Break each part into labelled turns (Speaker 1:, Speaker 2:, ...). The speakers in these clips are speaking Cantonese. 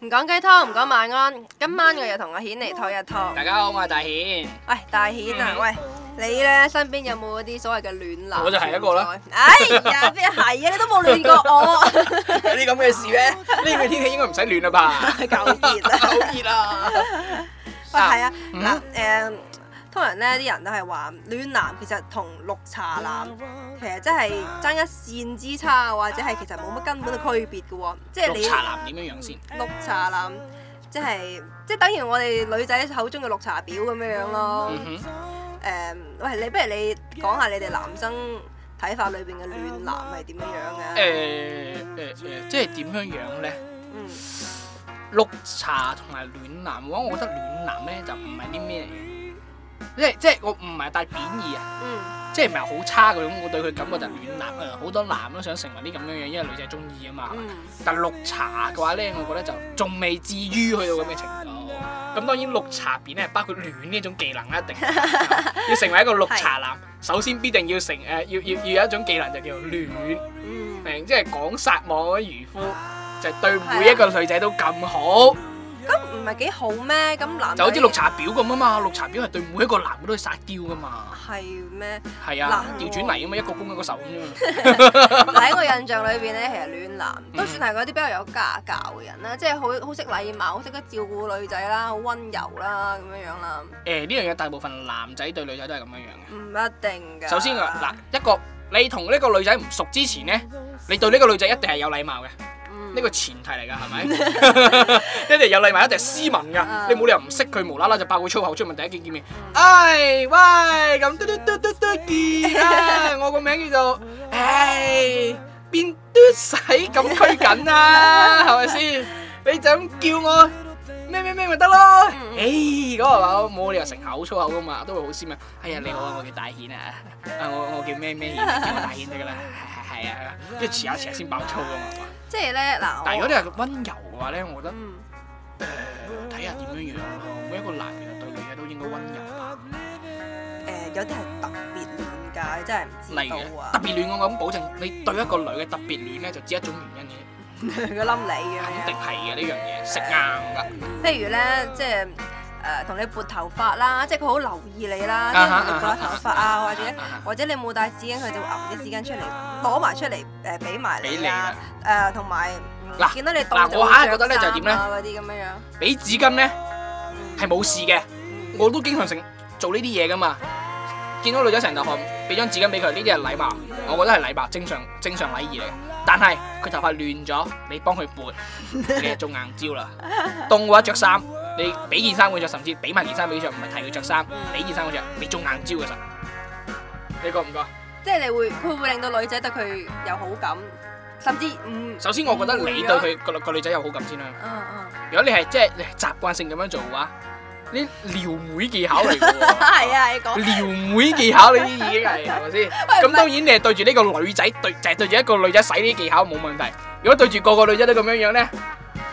Speaker 1: 唔講雞湯，唔講晚安。今晚我又同阿顯嚟拖一拖。
Speaker 2: 大家好，我係大顯。
Speaker 1: 喂，大顯啊，喂，你咧身邊有冇嗰啲所謂嘅暖男？
Speaker 2: 我就係一個啦。
Speaker 1: 哎呀，邊係啊？你都冇亂過我，
Speaker 2: 有啲咁嘅事 咩？呢個天氣應該唔使暖啦吧？
Speaker 1: 夠熱 啊！
Speaker 2: 好熱啊！
Speaker 1: 喂，係啊，
Speaker 2: 嗯
Speaker 1: 嗱，誒，通常咧啲人都係話暖男其實同綠茶男其實真係爭一線之差，或者係其實冇乜根本嘅區別嘅喎，即係你
Speaker 2: 綠茶男點樣樣先？
Speaker 1: 綠茶男，即係即係等於我哋女仔口中嘅綠茶婊咁樣樣咯。
Speaker 2: 嗯哼，
Speaker 1: 誒、喂，你不如你講下你哋男生睇法裏邊嘅暖男係點樣樣嘅？
Speaker 2: 誒誒誒，即係點樣樣咧？
Speaker 1: 嗯，
Speaker 2: 綠茶同埋暖男嘅話，我覺得暖男咧就唔係啲咩嚟嘅，即係即係我唔係帶貶義啊，
Speaker 1: 嗯
Speaker 2: 即係唔係好差嗰種，我對佢感覺就係暖男啊，好多男都想成為啲咁樣樣，因為女仔中意啊嘛。係咪
Speaker 1: 嗯
Speaker 2: 但綠茶嘅話咧，我覺得就仲未至於去到咁嘅程度。咁當然綠茶片咧，包括戀呢一種技能啦，一定要成為一個綠茶男，首先必定要成誒、要要要有一種技能就叫戀，
Speaker 1: 嗯，
Speaker 2: 明即係講殺網嗰啲漁夫，就對每一個女仔都咁好，
Speaker 1: 咁唔係幾好咩？咁男
Speaker 2: 就好似
Speaker 1: 仔
Speaker 2: 綠茶婊咁啊嘛，綠茶婊係對每一個男嘅都去殺雕噶嘛，
Speaker 1: 係咩？
Speaker 2: 係啊，
Speaker 1: 嗱
Speaker 2: 調轉嚟啊嘛，一個攻一個受咁啫嘛，
Speaker 1: 喺我印象裏邊咧，其實暖男都算係嗰啲比較有家教嘅人啦，即係好好識禮貌，好識得照顧女仔啦，好温柔啦，咁樣樣啦，
Speaker 2: 誒呢樣嘢大部分男仔對女仔都係咁樣樣嘅。
Speaker 1: 唔一定㗎。
Speaker 2: 首先啊，嗱，一個你同呢個女仔唔熟之前呢，你對呢個女仔一定係有禮貌嘅，呢、
Speaker 1: 嗯，
Speaker 2: 個前提嚟㗎，係咪？ 一定有禮貌，一定係斯文
Speaker 1: 嗯
Speaker 2: 㗎，你冇理由唔識佢，無啦啦就爆個粗口出嚟，第一見見面，唉喂咁嘟嘟嘟嘟嘟嘅啊，我個名叫做
Speaker 1: 嗯
Speaker 2: 唉邊嘟使咁拘 緊啊，係咪先？你就咁叫我。咩咩咩咪得咯，哎
Speaker 1: 嗯
Speaker 2: 誒嗰個話冇理由成口粗口噶嘛，都會好斯文。哎呀你好啊，我叫大顯啊，啊我我叫咩咩顯，啊叫我大顯得噶啦，係係係啊，跟住遲下遲下先爆粗噶嘛。
Speaker 1: 即係咧嗱，我
Speaker 2: 但係如果你係温柔嘅話咧，我覺得呃
Speaker 1: 嗯
Speaker 2: 睇下點樣樣咯。每一個男人對女嘅都應該温柔吧。
Speaker 1: 誒、有啲係特別暖㗎，真係唔
Speaker 2: 例
Speaker 1: 知
Speaker 2: 如
Speaker 1: 道
Speaker 2: 特
Speaker 1: 啊，
Speaker 2: 別戀，我咁保證你對一個女嘅特別戀咧，就只一種原因嘅，
Speaker 1: 佢冧你嘅。
Speaker 2: 肯定係嘅呢樣嘢，食硬㗎。
Speaker 1: 譬如咧，即係誒同你撥頭髮啦，即係佢好留意你啦，即
Speaker 2: 啊哈
Speaker 1: 係同你撥下頭髮啊，
Speaker 2: 啊哈
Speaker 1: 或者
Speaker 2: 啊哈
Speaker 1: 或者你冇帶紙巾，佢就會揞啲紙巾出嚟攞埋出嚟誒俾埋
Speaker 2: 俾
Speaker 1: 你
Speaker 2: 你
Speaker 1: 啦
Speaker 2: 啦，
Speaker 1: 誒同埋嗯
Speaker 2: 嗱
Speaker 1: 見到你到
Speaker 2: 嗱
Speaker 1: 就
Speaker 2: 我
Speaker 1: 會
Speaker 2: 下一
Speaker 1: 著
Speaker 2: 個覺得咧就係點咧
Speaker 1: 衫啊嗰啲咁樣樣，
Speaker 2: 俾紙巾咧係冇事嘅，我都經常成做呢啲嘢噶嘛。見到女仔成頭汗，俾張紙巾俾佢，呢啲係禮貌，我覺得係禮貌，正常正常禮儀嚟嘅。但係佢頭髮亂咗，你幫佢撥，你係做硬招啦。凍嘅話着衫，你俾件衫佢着，甚至俾埋件衫俾佢着，唔係替佢着衫，俾件衫佢着，你做硬招嘅實。你覺唔覺？
Speaker 1: 即係你會佢會令到女仔對佢有好感，甚至嗯
Speaker 2: 首先我覺得你對佢個個女仔有好感先啦。
Speaker 1: 嗯嗯
Speaker 2: 如果你係即係你係習慣性咁樣做嘅話，呢撩妹技巧嚟嘅
Speaker 1: 啊 係
Speaker 2: 喎。
Speaker 1: 啊，你講
Speaker 2: 撩妹技巧呢啲已經係係咪 先？咁當然你係對住呢個女仔對，就係對住一個女仔使呢啲技巧冇問題。如果對住個個女仔都咁樣樣咧，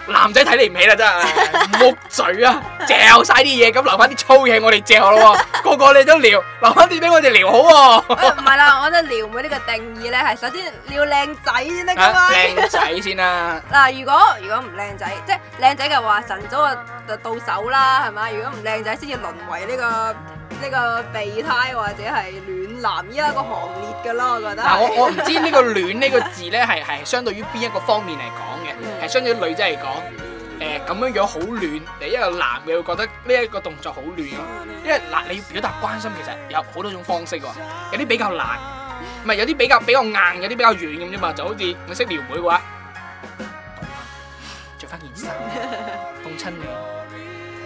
Speaker 2: 男仔睇你唔起啦真係，木嘴 啊，嚼晒啲嘢咁留翻啲粗嘢我哋嚼咯喎，個個你都撩，留翻啲俾我哋撩 好喎。
Speaker 1: 喂唔係啦，我覺得撩妹呢個定義咧係首先你要靚仔先得㗎嘛
Speaker 2: 啊。靚仔先啦，
Speaker 1: 嗱，如果如果唔靚仔，即係靚仔嘅話，晨早就到手啦，係咪？如果唔靚仔，先至淪為呢、個呢、個備胎或者係暖男依家個行列㗎啦，我覺得係。
Speaker 2: 嗱我我唔知呢個戀呢個字咧係係相對於邊一個方面嚟
Speaker 1: 嗯
Speaker 2: 講嘅，係相對於女仔嚟講。誒咁樣樣好亂，你一個男嘅會覺得呢一個動作好亂咯，因為嗱你要表達關心其實有好多種方式喎，有啲比較難，唔係有啲比較比較硬，有啲比較軟咁啫嘛，就好似你識撩妹嘅話，凍啊着翻件衫，凍親你，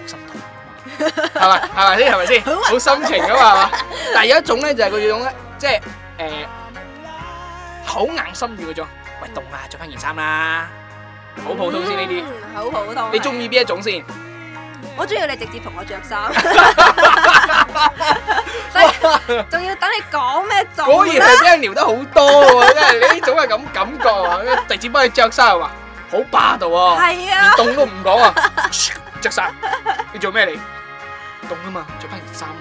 Speaker 2: 好心痛啊嘛，係咪係咪先係咪先？好心情噶嘛，係嘛但係有一種咧就係嗰種咧，即係誒好硬心軟嗰種，喂凍啊，着翻件衫啦，好普通先呢啲。
Speaker 1: 嗯好普通。
Speaker 2: 你中意？邊一種先？
Speaker 1: 我中意你直接同我着衫。 所以仲要等你講咩做
Speaker 2: 果然
Speaker 1: 咧？
Speaker 2: 係俾人撩得好多喎，真係你呢種係咁感覺啊！直接幫佢着衫係嘛，好霸道啊！
Speaker 1: 係
Speaker 2: 連
Speaker 1: 啊，
Speaker 2: 凍都唔講啊，着衫你做咩你？凍啊嘛，着翻件衫啦，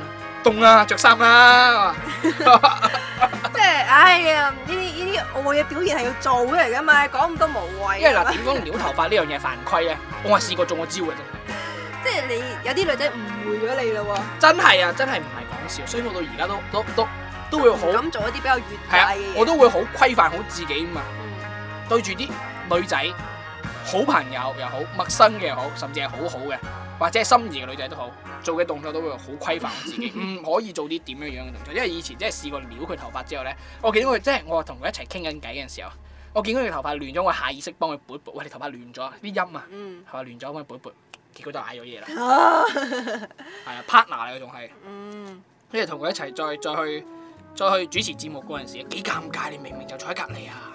Speaker 2: 凍啊，着衫啦。
Speaker 1: 即係唉呀，呢啲呢啲愛嘅表現係要做出嚟噶嘛，講咁多無謂。
Speaker 2: 因為嗱，點講撩頭髮呢樣嘢犯規咧？我係試過中過招嘅，
Speaker 1: 即係你有啲女仔誤會咗你咯
Speaker 2: 真係真係啊，真係唔係講笑。所以我到而家都都都都會
Speaker 1: 喎，
Speaker 2: 好
Speaker 1: 咁做一啲比較越界
Speaker 2: 係啊
Speaker 1: 嘅嘢。，
Speaker 2: 我都會好規範好自己啊嘛。
Speaker 1: 嗯
Speaker 2: 對住啲女仔，好朋友又好，陌生嘅又好，甚至係好好嘅，或者係心儀嘅女仔都好，做嘅動作都會好規範我自己， 唔可以做啲點樣樣嘅動作。因為以前真係試過撩佢頭髮之後咧，我見到佢真係我同佢一齊傾緊偈嘅時候，我見到佢頭髮亂咗，我下意識幫佢撥一撥，喂，你頭髮亂咗啊，啲音啊，
Speaker 1: 嗯
Speaker 2: 頭髮亂咗，幫佢撥一撥，結果就嗌咗嘢啦，
Speaker 1: 啊
Speaker 2: 係啊，partner 嚟嘅仲係。
Speaker 1: 嗯
Speaker 2: 你哋同佢一齊再再去再去主持節目嗰陣時，幾尷尬！你明明就坐喺隔離啊，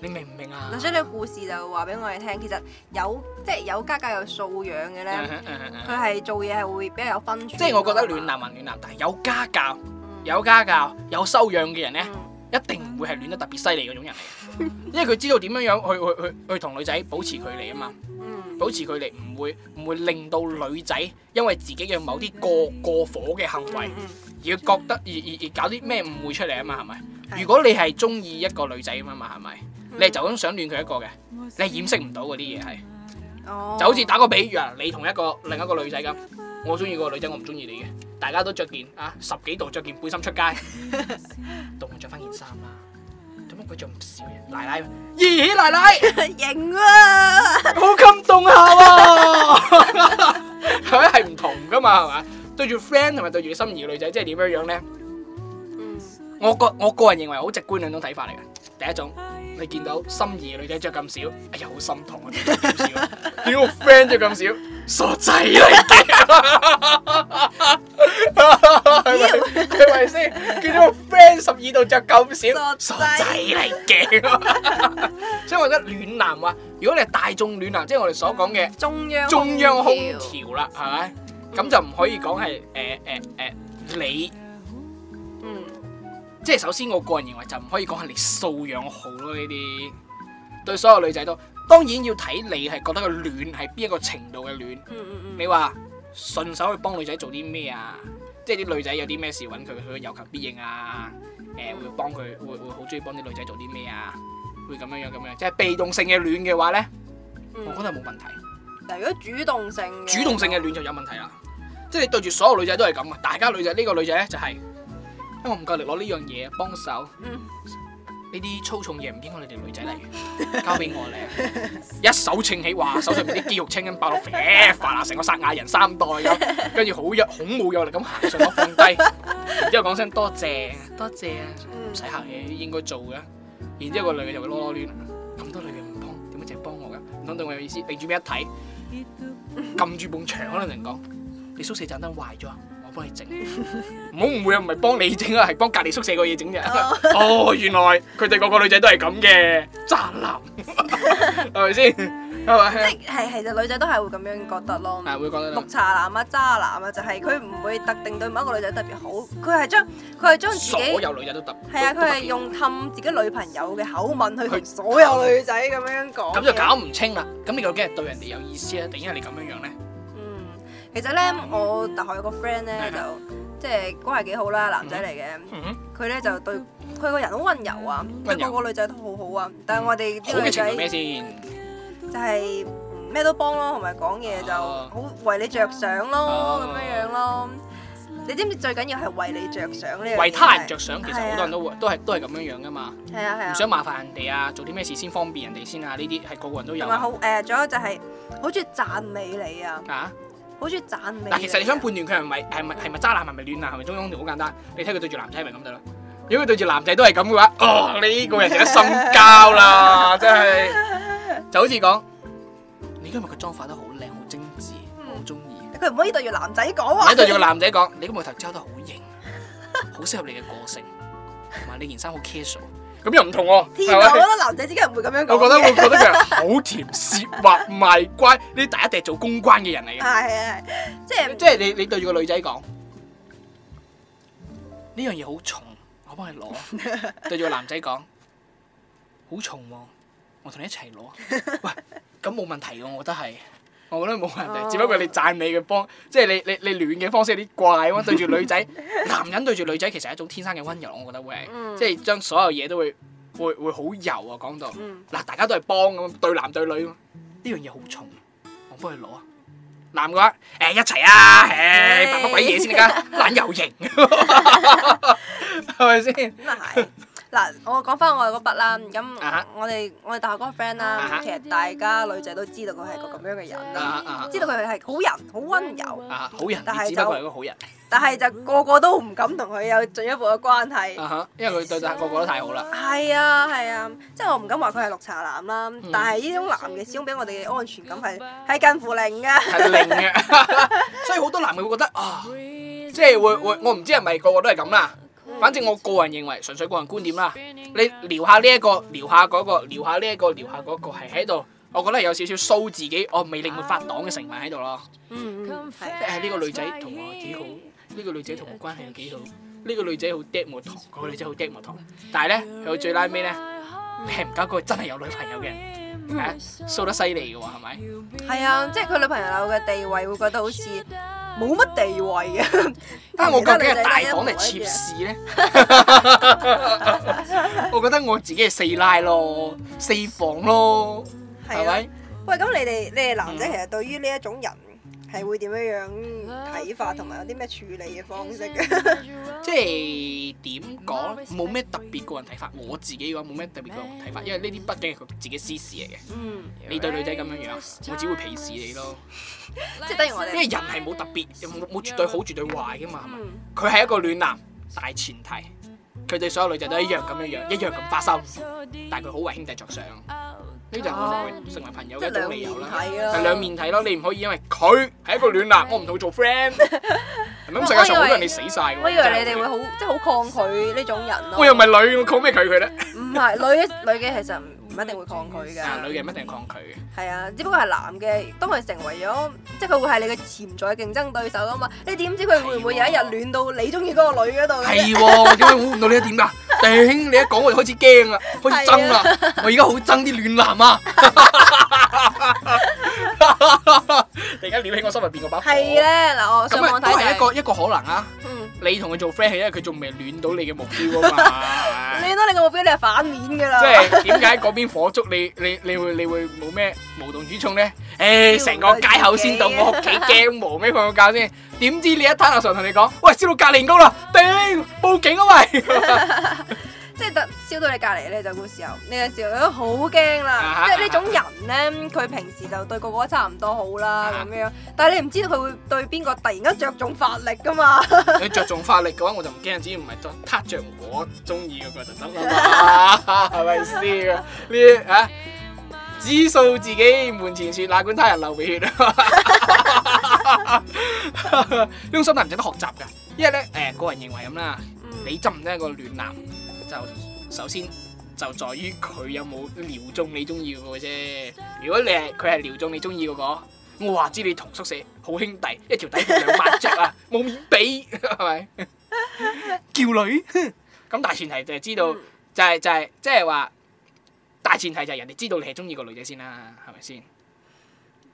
Speaker 2: 你明唔明啊
Speaker 1: 嗱，？所以呢個故事就話俾我哋聽，其實有即係有家教有素養嘅
Speaker 2: 嗯
Speaker 1: 咧，
Speaker 2: 嗯嗯嗯
Speaker 1: 佢係做嘢係會比較有分寸。
Speaker 2: 即係我覺得暖男還暖男，但係有家教、有家教、有修養嘅人咧，一定唔會係暖得特別犀利嗰種人嚟嘅，因為佢知道點樣樣去去去去同女仔保持距離啊嘛，
Speaker 1: 嗯，
Speaker 2: 保持距離唔會唔會令到女仔因為自己嘅某啲過過火嘅行
Speaker 1: 嗯
Speaker 2: 為
Speaker 1: 嗯
Speaker 2: 而覺得而而而搞啲咩誤會出嚟啊嘛，係咪？
Speaker 1: 係
Speaker 2: 如果你係中意一個女仔啊嘛，係咪？
Speaker 1: 嗯
Speaker 2: 你係就咁想亂佢一個嘅，你係掩飾唔到嗰啲嘢係。
Speaker 1: 哦
Speaker 2: 就好似打個比喻啊，你同一個另一個女仔咁，我中意個女仔，我唔中意你嘅，大家都着件啊十幾度着件背心出街，到我着翻件衫啦，做乜佢仲唔笑嘅？奶奶，咦奶奶，
Speaker 1: 型啊！
Speaker 2: 好感動下喎，係咪係唔同噶嘛？係嘛？對住 friend 同埋對住心儀嘅女仔，即係點樣樣咧？
Speaker 1: 嗯
Speaker 2: 我個我個人認為好直觀兩種睇法嚟嘅。第一種，你見到心儀嘅女仔着咁少，哎呀好心痛啊！着咁少，點解我 friend 着咁少？傻仔嚟嘅，係咪係咪先？見到我 friend 十二度着咁
Speaker 1: 傻
Speaker 2: 少，傻
Speaker 1: 仔
Speaker 2: 仔嚟嘅。 所以我覺得暖男話，如果你係大眾暖男，即係我哋所講嘅
Speaker 1: 中央
Speaker 2: 中央空
Speaker 1: 調
Speaker 2: 調啦，係咪？咁就唔可以講係誒誒誒你。
Speaker 1: 嗯
Speaker 2: 即係首先，我個人認為就唔可以講係你素養好咯，呢啲對所有女仔都當然要睇你係覺得個暖係邊一個程度嘅暖。
Speaker 1: 嗯嗯嗯，
Speaker 2: 你話順手去幫女仔做啲咩啊？即係啲女仔有啲咩事揾佢，佢有求必應啊！誒、會幫佢，會會好中意幫啲女仔做啲咩啊？會咁樣樣咁樣，即係被動性嘅暖嘅話呢，
Speaker 1: 嗯
Speaker 2: 我覺得冇問題。
Speaker 1: 但如果主動性嘅
Speaker 2: 主動性 嘅戀就有問題啦。即係你對住所有女仔都係咁嘅，大家女仔呢、個女仔咧就係、因為我唔夠力攞呢樣嘢幫手，
Speaker 1: 嗯
Speaker 2: 呢啲粗重嘢唔應該你哋女仔嚟嘅，交俾我咧。一手稱起，哇！手上面啲肌肉青筋爆到啡發啦，成個撒亞人三代咁，跟住好有孔武有力咁行上我放低，然之後講聲多謝多謝啊，唔使客氣，應該做嘅。然之後個女嘅就會囉囉攣啦，咁多女嘅唔幫，點解淨係幫我㗎？唔通對我有意思？擰住面一睇，撳住埲牆可能人講，你宿舍盞燈壞咗啊，我幫你整。唔好誤會啊，唔係幫你整啊，係幫隔離宿舍個嘢整啫。哦，原來佢哋個個女仔都係咁嘅，渣男係咪先？係咪？
Speaker 1: 即係其實女仔都係會咁樣覺得咯。
Speaker 2: 係會覺得
Speaker 1: 綠茶男啊、渣男啊，就係佢唔會特定對某一個女仔特別好，佢係將佢係將自己
Speaker 2: 所有女仔都特
Speaker 1: 係啊，
Speaker 2: 都
Speaker 1: 佢係用氹自己女朋友嘅口吻去同所有女仔咁樣講。
Speaker 2: 咁就搞。唔清啦。咁你究竟係對人哋有意思咧，定係你咁樣樣咧？
Speaker 1: 嗯，其實咧，我大學有個 friend 咧
Speaker 2: 嗯係
Speaker 1: 就即係關係幾好啦，男仔嚟嘅。
Speaker 2: 嗯哼，
Speaker 1: 佢咧就對佢個人好温柔啊，對
Speaker 2: 温柔嗯
Speaker 1: 個個女仔都好好啊。但係我哋
Speaker 2: 好
Speaker 1: 啲
Speaker 2: 嘅
Speaker 1: 女
Speaker 2: 程度
Speaker 1: 仔
Speaker 2: 咩先？
Speaker 1: 就係咩都幫咯，同埋講嘢就
Speaker 2: 哦
Speaker 1: 好為你着想咯，
Speaker 2: 哦
Speaker 1: 咁樣樣咯。你知唔知最緊要係為你着想呢樣嘢？
Speaker 2: 為他人着想，其實
Speaker 1: 係啊
Speaker 2: 好多人都會都係都係咁樣樣噶嘛，
Speaker 1: 係啊係啊，
Speaker 2: 唔想麻煩人哋啊，做啲咩事先方便人哋先啊，呢啲係個個人都有
Speaker 1: 同埋
Speaker 2: 啊。
Speaker 1: 好誒，仲有就係好中意讚美你啊，
Speaker 2: 啊！
Speaker 1: 好中意讚美你啊。
Speaker 2: 嗱，其實你想判斷佢係咪係咪係咪渣男，係咪啊暖男，係咪中庸調好簡單。你睇佢對住男仔係咪咁得啦。如果佢對住男仔都係咁嘅話，哦，呢個人成得心交 啦，真係就好似講你今日個妝化得好靚，好精緻，
Speaker 1: 嗯
Speaker 2: 我好中意。
Speaker 1: 佢唔可以對住男仔講
Speaker 2: 或
Speaker 1: 話。
Speaker 2: 者對住個男仔講，你今日頭紮得好 型，好適合你嘅個性，同埋你件衫好 casual，咁又唔同喎，
Speaker 1: 天啊，我覺得男仔之間唔會咁樣講嘅。
Speaker 2: 我覺得會覺得佢係好甜舌滑賣乖，呢第一定係做公關嘅人嚟嘅。
Speaker 1: 係係係，即係
Speaker 2: 即係你你對住個女仔講呢樣嘢好重，我幫你 攞。對住個男仔講 好重喎、我同你一齊攞。喂，咁冇問題嘅，我覺得係。我覺得冇問
Speaker 1: 哦
Speaker 2: 題，只不過你讚美嘅方，即係你你你戀嘅方式有啲怪咯。對住 女仔， 男人對住女仔其實係一種天生嘅温柔，我覺得會係，
Speaker 1: 嗯
Speaker 2: 即係將所有嘢都會會會好柔啊講到。
Speaker 1: 嗯
Speaker 2: 嗱，大家都係幫咁，對男對女嘛，呢樣嘢好重，我幫佢攞啊。男嘅話，誒、一齊啊，誒扮乜鬼嘢先得㗎， 懶又型，係咪先？
Speaker 1: 咁啊係。嗱，我講翻我哋嗰筆啦，
Speaker 2: 啊哈
Speaker 1: 咁我哋我哋大學嗰個 friend
Speaker 2: 啊
Speaker 1: 啦
Speaker 2: 哈，
Speaker 1: 其實大家女仔都知道佢係個咁樣嘅人
Speaker 2: 啊
Speaker 1: 啦，
Speaker 2: 啊
Speaker 1: 知道佢係好人，好温柔，
Speaker 2: 啊！好人，
Speaker 1: 但係
Speaker 2: 只不過係一個好人
Speaker 1: 但係就個個都唔敢同佢有進一步嘅關係。
Speaker 2: 啊哈，因為佢對大個個都太好啦。
Speaker 1: 係啊係啊，即係我唔敢話佢係綠茶男啦，
Speaker 2: 嗯
Speaker 1: 但係呢種男嘅始終俾我哋嘅安全感係係近乎零嘅。
Speaker 2: 係零嘅， 所以好多男嘅會覺得啊，即係會會，我唔知係咪個個都係咁啦。反正我個人認為，純粹個人觀點啦。你聊下呢、一個，聊下嗰、個，聊下呢、一個，聊下嗰、個，係喺度，我覺得有少少 show 自己，我魅力沒法擋嘅成分喺度咯。
Speaker 1: 嗯，嗯係
Speaker 2: 即係呢個女仔同我幾好，呢、個女仔同我關係有幾好，呢、個女仔好 d 我堂，嗰個女仔好 d 我堂。但係咧，去到最拉尾咧，劈唔交嗰個真係有女朋友嘅人，係啊，show 得犀利嘅喎，係咪？
Speaker 1: 係啊，即係佢女朋友嘅地位會覺得好似冇乜地位嘅。
Speaker 2: 啊！我究竟係大
Speaker 1: 其他
Speaker 2: 房
Speaker 1: 女
Speaker 2: 定
Speaker 1: 仔
Speaker 2: 妾侍咧？ 我覺得我自己係四奶咯，四房咯， 係
Speaker 1: 係啊
Speaker 2: 咪？
Speaker 1: 喂，咁你哋你哋男仔其實對於呢一種人係會點樣樣睇法，同埋有啲咩處理嘅方式嘅？
Speaker 2: 即係點講呢？冇咩特別個人睇法，我自己嘅話冇咩特別個人睇法，因為呢啲畢竟係佢自己私事嚟嘅。
Speaker 1: 嗯，
Speaker 2: 你對女仔咁樣樣，我只會鄙視你咯。
Speaker 1: 即係等於我
Speaker 2: 因為
Speaker 1: 哋。
Speaker 2: 人係冇特別，冇冇絕對好，絕對壞噶嘛，係咪？
Speaker 1: 嗯
Speaker 2: 佢係一個暖男，大前提佢對所有女仔都一樣咁樣樣，一樣咁花心，但係佢好為兄弟着想，呢就係我同佢成為朋友嘅一種理由啦。
Speaker 1: 即係兩面睇咯
Speaker 2: 係兩面睇咯，你唔可以因為佢係一個暖男，我唔同佢 做 friend。係咪咁世界上好多人你死晒喎。
Speaker 1: 我以為你哋會
Speaker 2: 好，
Speaker 1: 好即係好抗拒呢種人咯。
Speaker 2: 我又唔係女，我抗咩拒佢咧？
Speaker 1: 唔係女嘅女嘅其實唔一定會抗拒㗎。
Speaker 2: 啊，女嘅唔一定係抗拒嘅。
Speaker 1: 係啊，只不過係男嘅，當佢成為咗，即係佢會係你嘅潛在競爭對手啊嘛。你點知佢會唔會有一日戀到你中意嗰個女嗰度嘅啫？
Speaker 2: 係喎，我點解估唔到呢一點㗎？頂，你一講我就開始驚啦，開始憎啦，我而家好憎啲暖男啊！突然間撩起我心入邊個把火。
Speaker 1: 係咧，嗱，我上
Speaker 2: 咁啊，
Speaker 1: 網
Speaker 2: 都
Speaker 1: 睇就
Speaker 2: 係
Speaker 1: 係
Speaker 2: 一個一個可能啊！
Speaker 1: 嗯，
Speaker 2: 你同佢做 friend 係因為佢仲未戀到你嘅目標啊嘛。
Speaker 1: 你到你嘅目標，你係反面㗎啦。
Speaker 2: 即係點解嗰邊火燭你你你會你會冇咩無動於衷咧？誒，成個街口先到我屋企驚無咩瞓個覺先，點知你一攤落上同你講，喂，燒到隔離屋啦，頂，報警啊喂！
Speaker 1: 即係特燒到你隔離咧，就嗰時候，你嘅時候都好驚啦。
Speaker 2: 啊
Speaker 1: 即係呢種人咧，佢平時就對個個都差唔多好啦
Speaker 2: 啊
Speaker 1: 咁樣，但係你唔知道佢會對邊個突然間着重法力 㗎嘛。
Speaker 2: 你着重法力嘅話，我就唔驚，只要唔係着撻着我中意嗰個就得啦嘛，係咪先啊？呢啊，只數自己門前雪，哪管他人流鼻血啊！呢種心態唔值得學習㗎，因為咧誒、個人認為咁啦，你真唔真係個暖男，就首先就在於佢有冇撩中你中意嗰個啫。如果你係佢係撩中你中意嗰個。我話知你同宿舍好兄弟，一條底褲兩萬着 啊，冇面俾係咪？叫女哼咁大前提就係知道，
Speaker 1: 嗯
Speaker 2: 就係、就係即係話大前提就係人哋知道你係中意個女仔先啦，係咪先？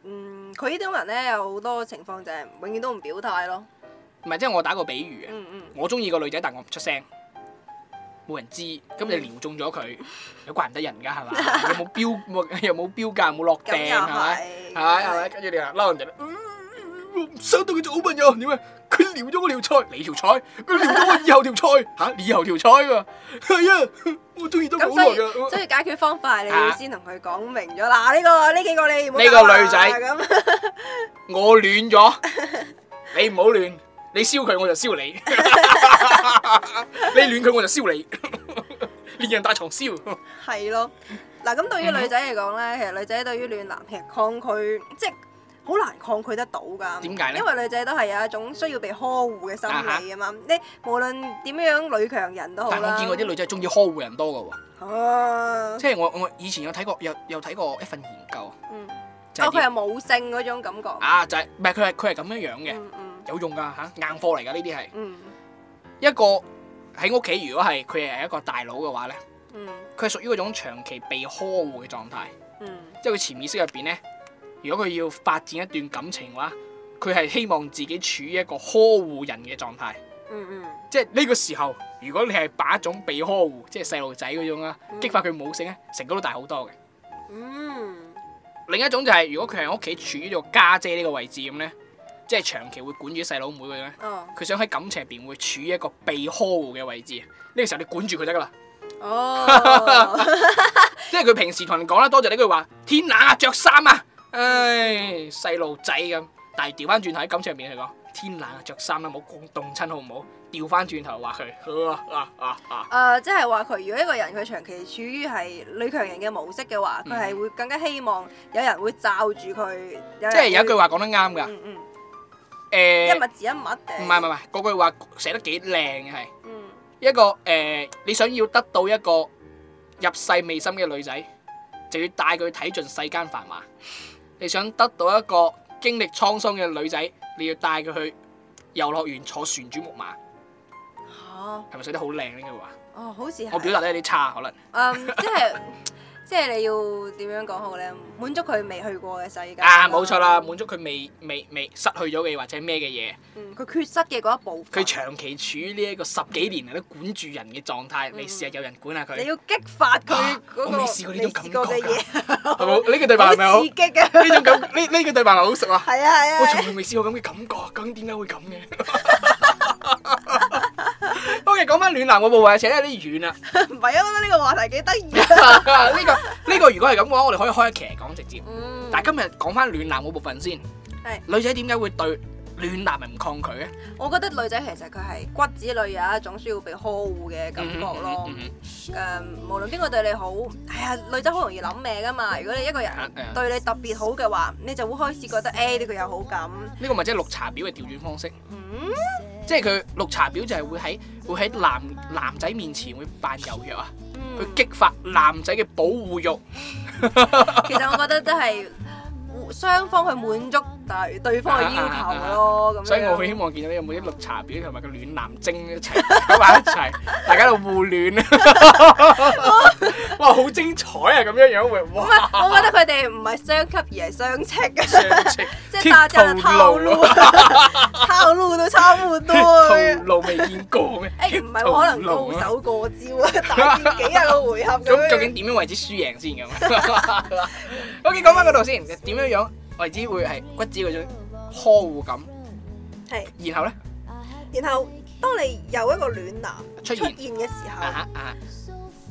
Speaker 1: 嗯，佢呢種人咧有好多情況就係永遠都唔表態咯。
Speaker 2: 唔係即係我打個比喻啊，
Speaker 1: 嗯嗯。
Speaker 2: 我中意個女仔，但我唔出聲，冇人知，咁你撩中咗佢，有怪唔得人㗎 係嘛？有冇標冇有冇標價冇落
Speaker 1: 咁
Speaker 2: 訂
Speaker 1: 又
Speaker 2: 係咪？
Speaker 1: 係，
Speaker 2: 係係咪？跟住你話嬲人哋，嗯我唔想同佢做好朋友，點啊？佢撩咗我條菜，你條菜，佢撩咗我以後條菜，嚇、你以後條菜喎，係啊，我中意咗佢
Speaker 1: 咁
Speaker 2: 好
Speaker 1: 所
Speaker 2: 耐
Speaker 1: 以
Speaker 2: 㗎。
Speaker 1: 所以解決方法係你要
Speaker 2: 啊
Speaker 1: 先同佢講明咗嗱，呢個呢幾個你唔好
Speaker 2: 呢個
Speaker 1: 搞啦
Speaker 2: 女仔
Speaker 1: 咁，
Speaker 2: 我亂咗，你唔好亂，你燒佢我就 燒你，你亂佢我就燒你， 連人帶床燒。
Speaker 1: 係咯。嗱咁對於女仔嚟講咧，其實女仔對於暖男其實抗拒即係好難抗拒得到㗎。
Speaker 2: 點解呢
Speaker 1: 因為女仔都係有一種需要被呵護嘅心理啊嘛。你無論點樣女強人都好
Speaker 2: 但
Speaker 1: 啦。
Speaker 2: 我見過啲女仔中意呵護人多㗎喎，
Speaker 1: 啊，
Speaker 2: 即係我我以前有睇過有有睇過一份研究，啊
Speaker 1: 嗯，
Speaker 2: 就係
Speaker 1: 哦，佢
Speaker 2: 點
Speaker 1: 係母性嗰種感覺。
Speaker 2: 啊就係唔係佢係佢係咁樣樣嘅，
Speaker 1: 嗯嗯
Speaker 2: 有用㗎嚇，硬貨嚟㗎呢啲係。
Speaker 1: 嗯
Speaker 2: 一個喺屋企，如果係佢係一個大佬嘅話咧，
Speaker 1: 嗯
Speaker 2: 佢係屬於嗰種長期被呵護嘅狀態，
Speaker 1: 嗯
Speaker 2: 即係佢潛意識入邊咧，如果佢要發展一段感情嘅話，佢係希望自己處於一個呵護人嘅狀態。
Speaker 1: 嗯嗯，
Speaker 2: 即係呢個時候，如果你係把一種被呵護，即係細路仔嗰種啦，激發佢母性咧，成功都大好多嘅。
Speaker 1: 嗯，
Speaker 2: 另一種就係、如果佢喺屋企處於咗家姐呢個位置咁咧，即係長期會管住啲細佬妹嘅咧，
Speaker 1: 哦，
Speaker 2: 佢想喺感情入邊會處於一個被呵護嘅位置。呢、個時候你管住佢得噶啦，
Speaker 1: 哦，
Speaker 2: 即係佢平時同人講啦，多謝呢句話，天冷啊，着衫啊，唉，細路仔咁。但係調翻轉頭喺感情入邊佢講，天冷啊，着衫啦，唔好凍凍親好唔好？調翻轉頭話佢，啊啊啊啊，
Speaker 1: 誒，即係話佢如果一個人佢長期處於係女強人嘅模式嘅
Speaker 2: 嗯
Speaker 1: 話，佢係會更加希望有人會罩住佢，即
Speaker 2: 即係有一句，話講得啱㗎，誒、
Speaker 1: 嗯嗯，一物治一物
Speaker 2: 唔
Speaker 1: 定，
Speaker 2: 係唔係唔係，嗰句話寫得幾靚嘅係
Speaker 1: 嗯，
Speaker 2: 一個誒、呃你想要得到一個入世未深嘅女仔，就要帶佢睇盡世間繁華；你想得到一個經歷滄桑嘅女仔，你要帶佢去遊樂園坐旋轉木馬，
Speaker 1: 嚇，
Speaker 2: 係咪寫得好靚呢句話？
Speaker 1: 哦，好似係
Speaker 2: 我表達得有啲差可能，
Speaker 1: 嗯，即係 即係你要點樣講好咧？滿足佢未去過嘅世界
Speaker 2: 啊冇錯啦，滿足佢未未未失去咗嘅或者咩嘅嘢。
Speaker 1: 嗯，佢缺失嘅嗰一部
Speaker 2: 佢
Speaker 1: 分，
Speaker 2: 長期處於呢一個十幾年嚟都管住人嘅狀態，你試下有人管下佢
Speaker 1: 你，要激發佢
Speaker 2: 啊
Speaker 1: 嗰個
Speaker 2: 我未試過呢種感覺
Speaker 1: 未試過嘅嘢，
Speaker 2: 係冇呢個對白係咪好？
Speaker 1: 刺激 嘅。
Speaker 2: 呢種感呢呢個對白係咪好熟啊！
Speaker 1: 係啊係啊，
Speaker 2: 我從來未試過咁嘅感覺，究竟點解會咁嘅？OK，講翻暖男個部位，扯得有啲遠啦。
Speaker 1: 唔係啊，我覺得呢個話題幾得意啊。
Speaker 2: 呢、個呢、個如果係咁嘅話，我哋可以開一期嚟講直接。
Speaker 1: 嗯，
Speaker 2: 但係今日講翻暖男嗰部分先。
Speaker 1: 係
Speaker 2: 女仔點解會對暖男係唔抗拒咧？
Speaker 1: 我覺得女仔其實佢係骨子裏有一種需要被呵護嘅感覺咯。
Speaker 2: 嗯嗯嗯
Speaker 1: 誒、無論邊個對你好，係啊，女仔好容易諗咩噶嘛。如果你一個人
Speaker 2: 嗯嗯
Speaker 1: 對你特別好嘅話，你就會開始覺得誒對佢有好感。
Speaker 2: 呢個咪即係綠茶婊嘅調轉方式，
Speaker 1: 嗯，
Speaker 2: 即係佢綠茶婊就係會喺會喺男男仔面前會扮柔弱啊，
Speaker 1: 嗯
Speaker 2: 佢激發男仔嘅保護欲。
Speaker 1: 其實我覺得都係互雙方去滿足對對方嘅要求 咯，咁樣。
Speaker 2: 所以我好希望見到有冇啲綠茶婊同埋個暖男精一齊 喺埋一齊，大家喺度互暖啊！
Speaker 1: 哦
Speaker 2: 哇，好精彩啊！咁樣樣會
Speaker 1: 唔
Speaker 2: 哇，
Speaker 1: 係， 我覺得佢哋唔係相吸而係相斥嘅，
Speaker 2: 上情
Speaker 1: 即係大家嘅套路，
Speaker 2: 啊
Speaker 1: 套路都差唔多
Speaker 2: 套
Speaker 1: 嘅。
Speaker 2: 路未見過咩？
Speaker 1: 誒唔係可能高
Speaker 2: 套路啊
Speaker 1: 手過招啊，打戰幾廿個回合咁
Speaker 2: 咁
Speaker 1: 樣
Speaker 2: 究竟點樣為之輸贏先咁 ？OK，講翻嗰度先，點樣樣為之會係骨子嗰種呵護感？
Speaker 1: 係，
Speaker 2: 然後咧
Speaker 1: 然後當你有一個暖男
Speaker 2: 出
Speaker 1: 出
Speaker 2: 現
Speaker 1: 現嘅時
Speaker 2: 啊
Speaker 1: 候。
Speaker 2: 哈啊哈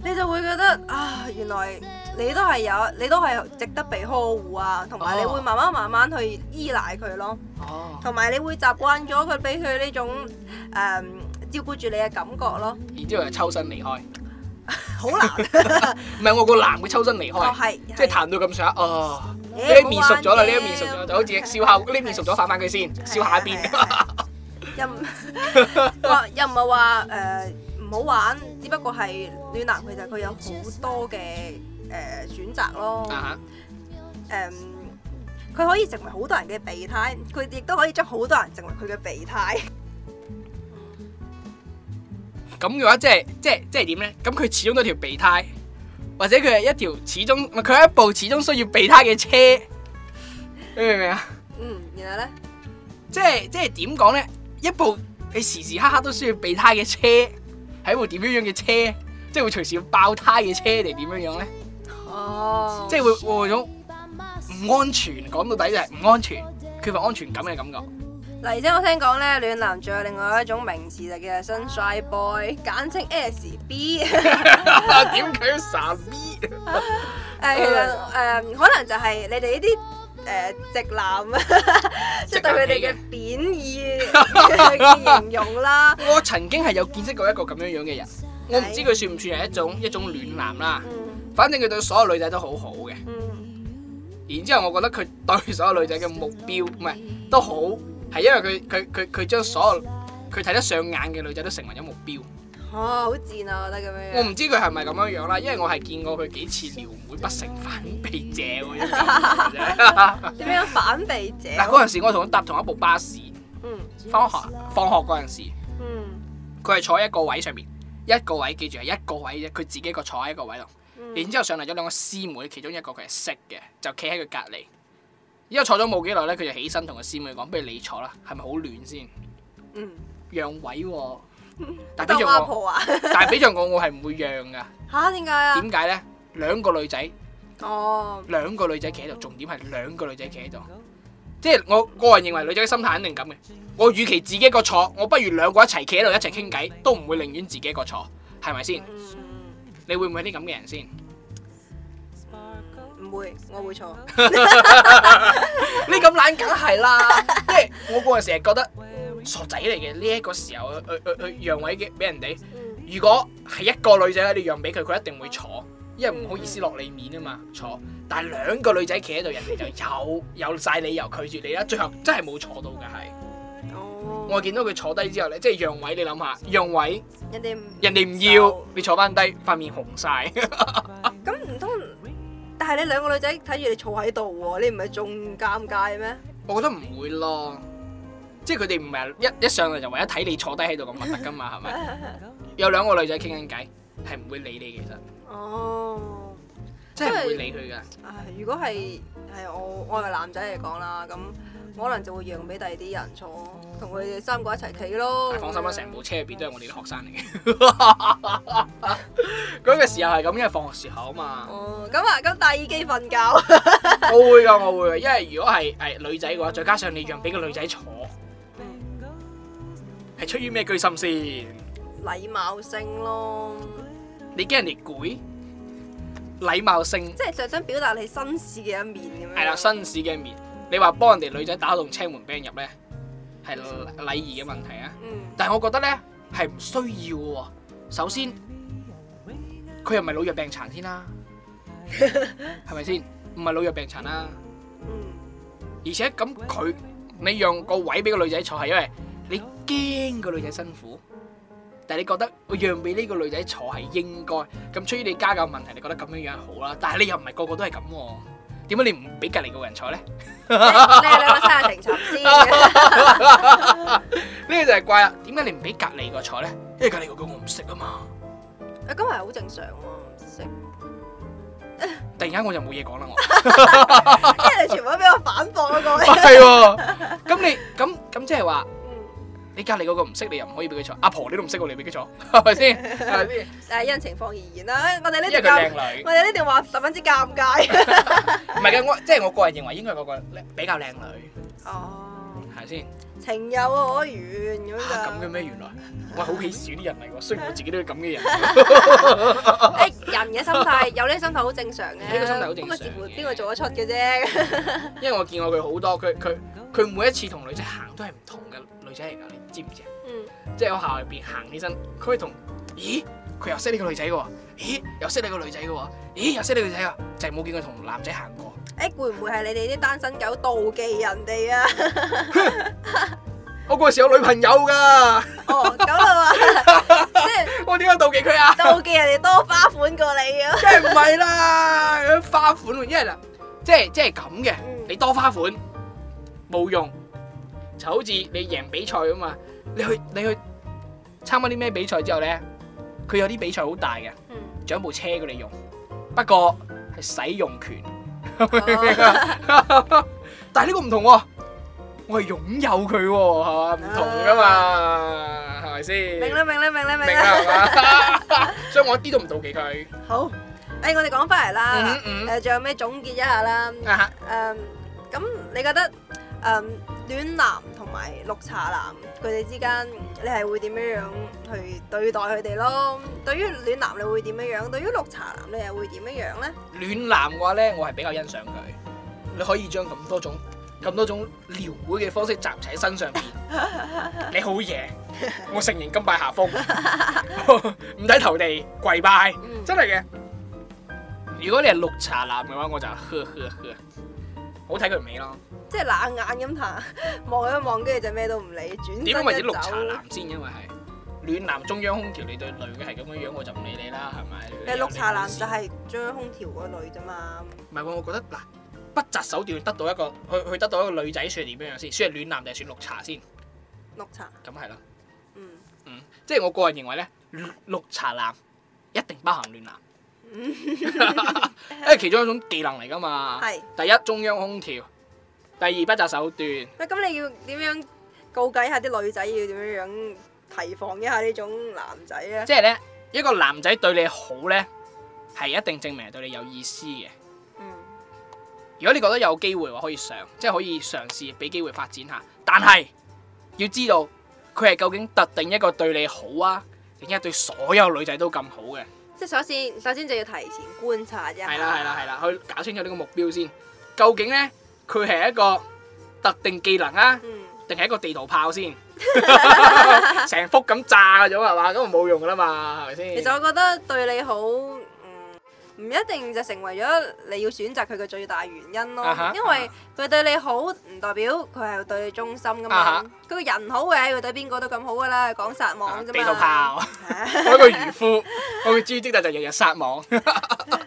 Speaker 1: 你就會覺得啊，原來你都係有，你都係值得被呵護啊，同埋
Speaker 2: 哦
Speaker 1: 你會慢慢慢慢去依賴佢咯，
Speaker 2: 哦，
Speaker 1: 同埋你會習慣咗佢俾佢呢種誒、嗯照顧住你嘅感覺咯，
Speaker 2: 然之後就抽身離開，
Speaker 1: 好難
Speaker 2: 唔係我個男會抽身離
Speaker 1: 哦
Speaker 2: 開，
Speaker 1: 係，啊
Speaker 2: 即係彈到咁上下哦。
Speaker 1: 呢
Speaker 2: 呢一面熟咗啦，呢一面熟咗，就好似
Speaker 1: 啊
Speaker 2: 燒烤，呢面熟咗反翻佢先，燒下一邊。
Speaker 1: 又唔話又唔係話誒唔好玩，只不過係暖男其實佢有好多嘅誒、呃、選擇咯。
Speaker 2: 啊
Speaker 1: 誒、佢可以成為好多人嘅備胎，佢亦都可以將好多人成為佢嘅備胎。
Speaker 2: 哈！咁嘅話，即係即係即係點咧？咁佢始終都係條備胎，或者佢係一條始終，唔係佢係一部始終需要備胎嘅車，你明唔明啊？
Speaker 1: 嗯，然後咧，
Speaker 2: 即係即係點講咧？一部你時時刻刻都需要備胎嘅車，係一部點樣樣嘅車？即係會隨時要爆胎嘅車定點樣樣咧？
Speaker 1: 哦，
Speaker 2: 即係會會有種唔安全，講到底就係唔安全，缺乏安全感嘅感 覺。
Speaker 1: 嚟啫！我聽講咧，暖男仲有另外一種名詞就叫做 sunshine boy，簡稱 SB。誒、
Speaker 2: 點解要傻逼？
Speaker 1: 其實誒、可能就係你哋呢啲。誒、直 男，即係對佢哋嘅貶義嘅 形容啦。
Speaker 2: 我曾經係有見識過一個咁樣樣嘅人，我唔知佢算唔算係一種一種暖男啦。
Speaker 1: 嗯
Speaker 2: 反正佢對所有女仔都好好嘅，
Speaker 1: 嗯
Speaker 2: 然之後我覺得佢對所有女仔嘅目標唔係都好，係因為佢佢佢佢將所有佢睇得上眼嘅女仔都成為咗目標。
Speaker 1: 哦，好賤啊！我覺得咁樣
Speaker 2: 我
Speaker 1: 樣。
Speaker 2: 唔知佢係咪咁樣樣啦，因為我係見過佢幾次撩妹不成反被謝嗰 種感覺啫
Speaker 1: 點樣反被者？
Speaker 2: 嗱嗰陣時我同佢搭同一部巴士，
Speaker 1: 嗯
Speaker 2: 翻學放學嗰陣時。
Speaker 1: 嗯
Speaker 2: 佢係坐喺一個位上面，一個位記住係一個位啫，佢自己一個坐喺一個位度。
Speaker 1: 嗯
Speaker 2: 然之後上嚟咗兩個師妹，其中一個佢係識嘅，就企喺佢隔離。依家坐咗冇幾耐咧，佢就起身同個師妹講：不如你坐啦，係咪好亂先？
Speaker 1: 嗯，
Speaker 2: 讓位喎、但係
Speaker 1: 當
Speaker 2: 俾
Speaker 1: 阿
Speaker 2: 着我，
Speaker 1: 婆啊？
Speaker 2: 但係俾着我，我係唔會讓噶。
Speaker 1: 吓，點解啊？
Speaker 2: 點解咧？兩個女仔，
Speaker 1: 哦，
Speaker 2: 兩個女仔企喺度，重點係兩個女仔企喺度。即係我個人認為女仔嘅心態肯定咁嘅。我與其自己一個坐，我不如兩個一齊企喺度一齊傾偈，都唔會寧願自己一個坐，係咪先？
Speaker 1: 嗯，
Speaker 2: 你會唔會係啲咁嘅人先？
Speaker 1: 唔會，我會錯。
Speaker 2: 你咁懶梗係啦，即係我個人成日覺得傻仔嚟嘅呢一個時候去去去讓位嘅俾人哋。如果係一個女仔你讓俾佢，佢一定會坐，因為唔好意思落你面啊嘛坐。但係兩個女仔企喺度，人哋就有有曬理由拒絕你啦。最後真係冇坐到嘅係，
Speaker 1: 哦，
Speaker 2: 我見到佢坐低之後咧，即係讓位，你諗下讓位，
Speaker 1: 人哋唔
Speaker 2: 人哋唔要你坐翻低，塊面紅晒。
Speaker 1: 咁唔通？但係你兩個女仔睇住你坐喺度喎，你唔係仲尷尬咩？
Speaker 2: 我覺得唔會咯，即係佢哋唔係一一上嚟就為咗睇你坐低喺度咁核突噶嘛，係 咪？有兩個女仔傾緊偈，係唔會理你其實，
Speaker 1: 哦。
Speaker 2: 真係唔會理佢噶。
Speaker 1: 唉，如果係係我我係個男仔嚟講啦，咁我可能就會讓俾第二啲人坐，同佢哋三個一齊企咯。
Speaker 2: 但係放心
Speaker 1: 咁
Speaker 2: 啦，
Speaker 1: 樣
Speaker 2: 成部車入邊都係我哋啲學生嚟嘅。 嗰個時候係咁，因為放學時候啊嘛。
Speaker 1: 哦，咁啊，咁戴耳機瞓覺，
Speaker 2: 我會噶，我會㗎，因為如果係係女仔嘅話，再加上你讓俾個女仔坐，係出於咩居心先？
Speaker 1: 禮貌性咯，
Speaker 2: 你驚人哋攰？禮貌性
Speaker 1: 即係就想表達你紳士嘅一面咁樣。
Speaker 2: 係啦，紳士嘅面。你話幫人哋女仔打棟車門俾人入咧，係禮儀嘅問題啊。
Speaker 1: 嗯，
Speaker 2: 但係我覺得咧係唔需要嘅喎。首先，佢又唔係老弱病殘先啦，係咪先？唔係老弱病殘啦。
Speaker 1: 嗯
Speaker 2: 而且咁佢你讓個位俾個女仔坐係因為你驚個女仔辛苦，但係你覺得我讓俾呢個女仔坐係應該。咁出於你家教問題，你覺得咁樣樣係好啦。但係你又唔係個個都係咁喎。點解你唔俾隔離個人坐咧？
Speaker 1: 你你係兩個三廿停沉先 嘅，
Speaker 2: 呢個就係怪啦。點解你唔俾隔離個坐咧？因為隔離個個我唔識啊嘛。
Speaker 1: 咁係好正常喎，唔識，
Speaker 2: 突然間我就冇嘢講啦，我
Speaker 1: 因為你全部都俾我反駁嗰 個。
Speaker 2: 係喎。咁你咁咁即係話
Speaker 1: 嗯
Speaker 2: 你隔離嗰個唔識，你又唔可以俾佢坐。阿婆你都唔識喎，你俾佢 坐係咪先？係咪先
Speaker 1: 但係因情況而言啦，我哋呢
Speaker 2: 因為
Speaker 1: 段
Speaker 2: 佢靚
Speaker 1: 尷，
Speaker 2: 女，
Speaker 1: 我哋呢段話十分之尷尬。
Speaker 2: 唔係嘅，我即係我個人認為應該係嗰個靚比較靚女，
Speaker 1: 哦。
Speaker 2: 係咪先？
Speaker 1: 情有可原咁
Speaker 2: 嚇咁嘅
Speaker 1: 就，
Speaker 2: 咩？原來我係好鄙視啲人嚟喎，雖然我自己都係咁嘅人。
Speaker 1: 誒 人嘅心態有呢心態好正常嘅，
Speaker 2: 呢個心態好正常嘅
Speaker 1: 不過視乎邊個做得出嘅啫。
Speaker 2: 因為我見過佢好多，佢佢佢每一次同女仔行都係唔同嘅女仔嚟㗎，你知唔知啊？
Speaker 1: 嗯，
Speaker 2: 即係喺學校入邊行起身，佢可以同咦佢又識呢個女仔嘅喎，咦又識呢個女仔嘅喎，咦又識呢個女仔啊，就係冇見佢同男仔行過。
Speaker 1: 誒會唔會係你哋啲單身狗妒忌人哋啊？
Speaker 2: 我嗰時有女朋友㗎，
Speaker 1: 哦，咁啦嘛， 即係
Speaker 2: 我點解妒忌佢啊？
Speaker 1: 妒忌人哋多花款過你啊。
Speaker 2: 梗係唔係啦，花款喎，因為嗱，即係即係咁嘅
Speaker 1: 嗯，
Speaker 2: 你多花款冇用，就好似你贏比賽咁嘛，你去你去參加啲咩比賽之後咧，佢有啲比賽好大嘅，
Speaker 1: 嗯，
Speaker 2: 獎部車俾你用，不過係使用權，
Speaker 1: 哦
Speaker 2: 但係呢個唔同喎，我係擁有佢喎，係嘛，唔同噶嘛，係咪先？
Speaker 1: 啊明啦明啦明啦明
Speaker 2: 明
Speaker 1: 啦。
Speaker 2: 啦，係嘛？ 所以我一啲都唔妒忌佢。
Speaker 1: 好，誒我哋講翻嚟啦
Speaker 2: 嗯，嗯
Speaker 1: 誒仲有咩總結一下啦？
Speaker 2: 啊哈
Speaker 1: 啊誒，嗯咁你覺得誒暖男同埋綠茶男佢哋之間，你係會點樣樣去對待佢哋咯？對於暖男你會點樣樣？對於綠茶男你又會點樣樣咧？
Speaker 2: 暖男嘅話咧，我係比較欣賞佢。你可以將咁多種咁多種撩妹嘅方式集齊喺 身上邊，你好嘢！我承認甘拜下風， 唔使投地跪拜，真係嘅。如果你係綠茶男嘅話，我就呵呵呵，好睇佢尾咯。
Speaker 1: 即係冷眼咁睇， 望一望，跟住就咩都唔理，轉
Speaker 2: 點樣為
Speaker 1: 身
Speaker 2: 止
Speaker 1: 就
Speaker 2: 綠
Speaker 1: 走。
Speaker 2: 茶男先？因為係暖男中央空調，你對女嘅係咁樣樣，我就唔理你啦，係咪？
Speaker 1: 你綠茶男就
Speaker 2: 係。
Speaker 1: 係將空調嗰類啫嘛。
Speaker 2: 唔係喎，我覺得嗱，不擇手段得到一個，去去得到一個女仔算係點樣樣先？算係暖男定係算綠茶先？
Speaker 1: 綠茶，
Speaker 2: 咁係啦，
Speaker 1: 嗯，
Speaker 2: 嗯，即係我個人認為咧，綠綠茶男一定包含暖男，因為其中一種技能嚟㗎嘛。
Speaker 1: 係
Speaker 2: 第一中央空調，第二不擇手段。
Speaker 1: 喂咁你要點樣告解下啲女仔要點樣樣提防一下呢種男仔啊咧？
Speaker 2: 即係咧，一個男仔對你好咧，係一定證明係對你有意思嘅。
Speaker 1: 嗯，
Speaker 2: 如果你覺得有機會嘅話，可以上，即係可以嘗試俾機會發展下。但係要知道，佢係究竟特定一個對你好啊，定一對所有女仔都咁好嘅？
Speaker 1: 即係首先首先就要提前觀察一下。
Speaker 2: 係啦係啦係啦，去搞清楚呢個目標先。究竟咧，佢係一個特定技能啊，
Speaker 1: 嗯，
Speaker 2: 定係一個地圖炮先？成幅咁炸咗係嘛，咁就冇用噶啦嘛，係咪先？
Speaker 1: 其實我覺得對你好，嗯，唔一定就成為咗你要選擇佢嘅最大原因咯。
Speaker 2: 啊哈
Speaker 1: 因為佢對你好唔代表佢係對你忠心噶
Speaker 2: 啊
Speaker 1: 嘛。佢個、人好嘅，佢對邊個都咁好噶啦，講撒
Speaker 2: 啊
Speaker 1: 網啫嘛。
Speaker 2: 地圖 炮。我一個漁夫，我嘅專職就就日日撒網，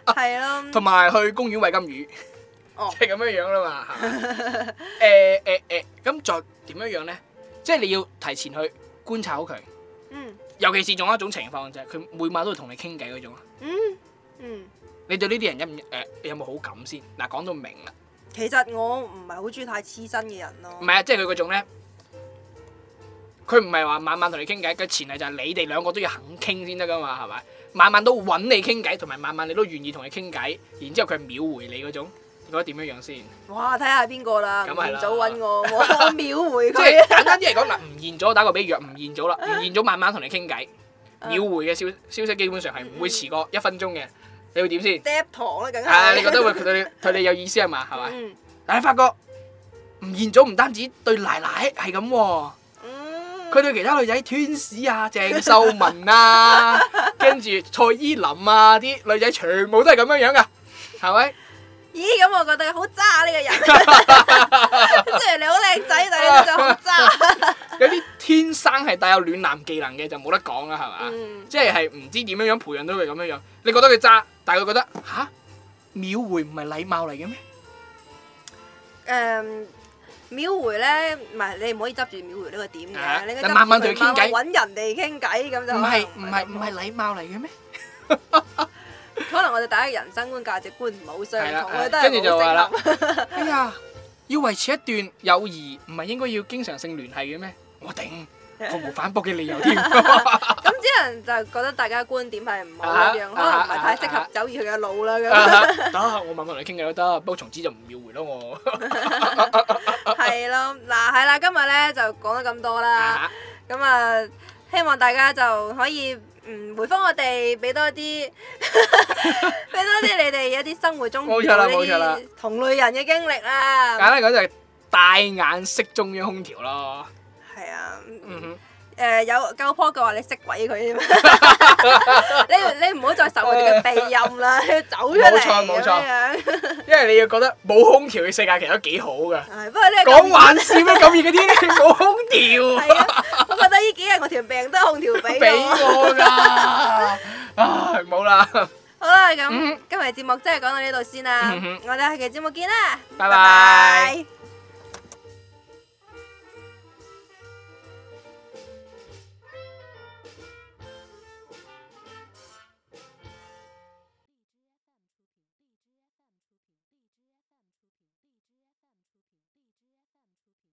Speaker 1: 係咯。
Speaker 2: 同埋去公園餵金魚，
Speaker 1: 哦
Speaker 2: 即係咁樣樣啦嘛。係嘛誒誒誒，咁再點樣樣咧？即係你要提前去觀察好佢，
Speaker 1: 嗯
Speaker 2: 尤其是仲有一種情況就係佢每晚都會同你傾偈嗰種。啊
Speaker 1: 嗯嗯。
Speaker 2: 你對呢啲人有唔誒、你有冇好感先？嗱，講到明啦，
Speaker 1: 其實我唔係好中意太黐身嘅人咯
Speaker 2: 唔。係啊，即係佢嗰種咧，佢唔係話晚晚同你傾偈，佢前提就係你哋兩個都要肯傾先得噶嘛，係咪？晚晚都揾你傾偈，同埋晚晚你都願意同佢傾偈，然之後佢係秒回你嗰種，你覺得點樣樣先？
Speaker 1: 哇，睇下係邊個啦，
Speaker 2: 咁
Speaker 1: 唔
Speaker 2: 係啦
Speaker 1: 早揾 我，我我秒回
Speaker 2: 即係
Speaker 1: 佢。
Speaker 2: 簡單啲嚟講，嗱，吳彥祖打個比喻，啊吳彥祖啦，吳彥祖晚晚同你傾偈，
Speaker 1: 嗯
Speaker 2: 秒回嘅消消息基本上係唔會遲過一分鐘嘅，你會點先？
Speaker 1: 嗒糖啦，梗
Speaker 2: 啊，你覺
Speaker 1: 係。
Speaker 2: 得會 佢對你對你有意思係嘛？係咪？
Speaker 1: 嗯
Speaker 2: 但係發覺吳彥祖唔單止對奶奶係咁喎，
Speaker 1: 嗯，
Speaker 2: 佢對其他女仔吞屎啊、鄭秀文啊，跟住蔡依林啊啲女仔全部都係咁樣樣噶，係咪？
Speaker 1: 咦咁，我覺得好渣呢個 人。雖然你好靚仔，但係你真係 好渣。
Speaker 2: 有啲天生係帶有暖男技能嘅就冇得講啦，啊係嘛？
Speaker 1: 嗯
Speaker 2: 即係係唔知點樣樣培養到佢咁樣樣。你覺得佢渣，但係佢覺得吓，秒回唔係禮貌嚟嘅咩？
Speaker 1: 誒。秒回咧，唔係你唔可以執住秒回呢個點
Speaker 2: 啊
Speaker 1: 嘅，你應
Speaker 2: 就
Speaker 1: 該
Speaker 2: 慢慢同佢傾偈
Speaker 1: 揾人哋傾偈咁就
Speaker 2: 唔係
Speaker 1: 可
Speaker 2: 唔
Speaker 1: 能咁
Speaker 2: 係唔係禮貌嚟嘅咩？
Speaker 1: 可能我哋大家人生觀價值觀唔好相
Speaker 2: 係啦
Speaker 1: 同，
Speaker 2: 係啦
Speaker 1: 我覺得
Speaker 2: 跟住就話
Speaker 1: 係
Speaker 2: 啦
Speaker 1: 好適合。
Speaker 2: 哎呀，要維持一段友誼，唔係應該要經常性聯繫嘅咩？我頂，毫無反駁嘅理 由添。
Speaker 1: 咁啲人就覺得大家觀點係唔好一樣，
Speaker 2: 啊
Speaker 1: 可能唔係太適合走以佢嘅路啦 咁。
Speaker 2: 得，我慢慢同你傾偈都得，不過從此就唔秒回 咯我。
Speaker 1: 係咯，嗱係啦，今日咧就講咗咁多啦，
Speaker 2: 啊
Speaker 1: 咁啊希望大家就可以嗯回覆我哋，俾多啲 俾多啲你哋一啲生活中
Speaker 2: 冇
Speaker 1: 遇
Speaker 2: 錯啦
Speaker 1: 到呢
Speaker 2: 冇錯啦
Speaker 1: 啲同類人嘅經歷
Speaker 2: 簡
Speaker 1: 啦。
Speaker 2: 單嚟講就係帶眼識中央空調咯。
Speaker 1: 係啊，
Speaker 2: 嗯哼。
Speaker 1: 誒有夠坡嘅話，你識鬼佢 添，你你唔好再受佢哋嘅庇蔭 啦，你要走出嚟
Speaker 2: 冇錯冇
Speaker 1: 咁
Speaker 2: 錯
Speaker 1: 樣。
Speaker 2: 因為你要覺得冇空調嘅世界其實都幾好 噶。
Speaker 1: 係不過呢個
Speaker 2: 講玩笑咩咁熱嘅天氣 冇空
Speaker 1: 係
Speaker 2: 調，
Speaker 1: 啊，我覺得呢幾日我條病都係空調俾
Speaker 2: 俾
Speaker 1: 我。
Speaker 2: 我㗎。 唉，冇啦，
Speaker 1: 好啦，咁
Speaker 2: 嗯
Speaker 1: 今日節目真係講到呢度先啦
Speaker 2: 嗯哼，
Speaker 1: 我哋下期節目見啦，
Speaker 2: 拜拜。